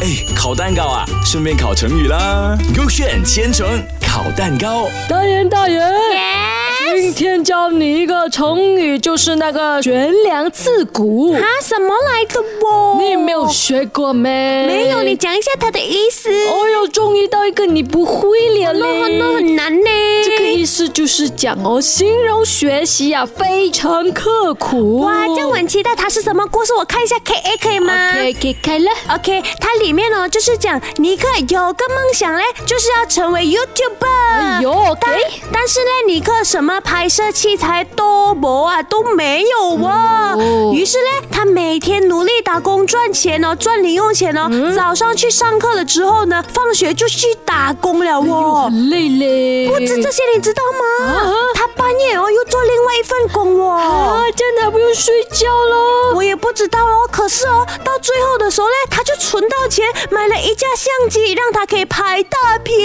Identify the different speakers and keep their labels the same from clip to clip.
Speaker 1: 哎，烤蛋糕啊，顺便烤成语啦。勾选千层烤蛋糕，
Speaker 2: 大人，大人
Speaker 3: Yes
Speaker 2: 今天教你一个成语，就是那个悬梁刺股。
Speaker 3: 啊，什么来的啵？
Speaker 2: 你没有学过没？
Speaker 3: 没有，你。讲一下它的意思。
Speaker 2: 哦哟，终于遇到一个你不会了嘞！
Speaker 3: 那很那很难呢。
Speaker 2: 这个意思就是讲哦，形容学习啊非常刻苦。
Speaker 3: 哇，这样我很期待它是什么故事，我看一下 K A 可以吗
Speaker 2: OK，可以开了。
Speaker 3: OK，它里面哦就是讲尼克有个梦想嘞，就是要成为 YouTuber。
Speaker 2: 哎呦，OK，
Speaker 3: 但但是呢，尼克什么拍摄器材都没啊，都没有哦
Speaker 2: 哦。
Speaker 3: 于是呢，他每天努力打工赚钱哦，赚零用钱哦。
Speaker 2: 嗯
Speaker 3: 早上去上课了之后呢，放学就去打工了
Speaker 2: 又
Speaker 3: 哦。
Speaker 2: 很哎累嘞。
Speaker 3: 不这这些你知道吗？
Speaker 2: 啊
Speaker 3: 他半夜哦又做另外一份工哦。
Speaker 2: 啊，这样还不用睡觉喽？
Speaker 3: 我也不知道哦，可是哦，到最后的时候呢，他就存到钱买了一架相机，让他可以拍大
Speaker 2: 哎
Speaker 3: 片。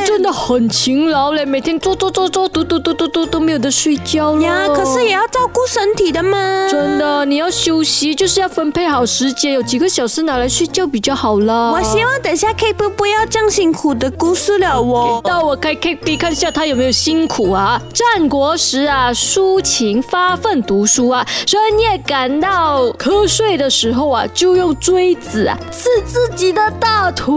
Speaker 2: 呦，真的很勤劳嘞，每天做做做做，读读读读读，都没有得睡觉了。
Speaker 3: 呀，可是也要照顾身体的嘛。
Speaker 2: 真的，你要休息，就是要分配好时间，有几个小时拿来睡觉比较好啦。
Speaker 3: 我希望等下 K 不不要这样辛苦的故事了哦。
Speaker 2: 到我开 K B 看一下他有没有辛苦啊！战国时啊，抒情发奋读书啊，深夜感到瞌睡的时候啊，就用锥子啊刺自己的大腿，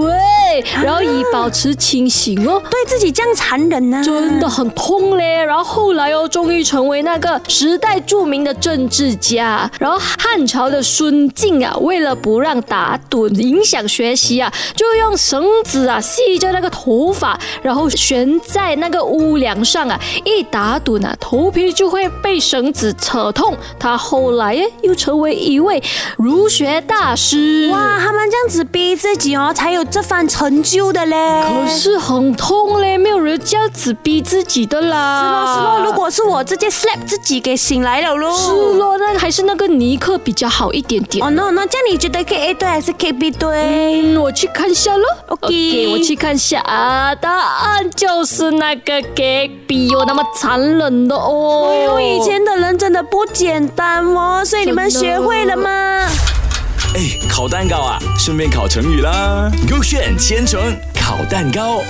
Speaker 2: 然后以保持清醒哦。
Speaker 3: 对自己这样残忍啊呢、
Speaker 2: 真的很痛嘞。然后后来哦，终于成为那个时代著名的政治家。然后汉朝的孙敬啊，为了不让打盹影响学习啊，就用绳子啊系着那个头发，然后悬在那个屋梁上啊，一打盹啊，头皮就会被绳子扯痛。他后来耶又成为一位儒学大师。
Speaker 3: 哇，他们这样子逼自己哦，才有这番成就的嘞。
Speaker 2: 可是很痛嘞，没有人这样子逼自己的啦。
Speaker 3: 是咯是咯，如果是我直接 slap 自己给醒来
Speaker 2: 哦
Speaker 3: 了咯。
Speaker 2: 是。咯，那还是那个尼克比较好一点点。
Speaker 3: 哦 no no，这样你觉得 K A 对还是 K B 对？
Speaker 2: 嗯，我去看一下咯。
Speaker 3: OK
Speaker 2: 我去看一下啊，答案就是那个 g 比有那么残忍的哦。
Speaker 3: 哎呦，以前的人真的不简单哦，所以你们
Speaker 2: 真的
Speaker 3: 学会了吗？
Speaker 1: 哎，烤蛋糕啊，顺便烤成语啦。勾选千层烤蛋糕。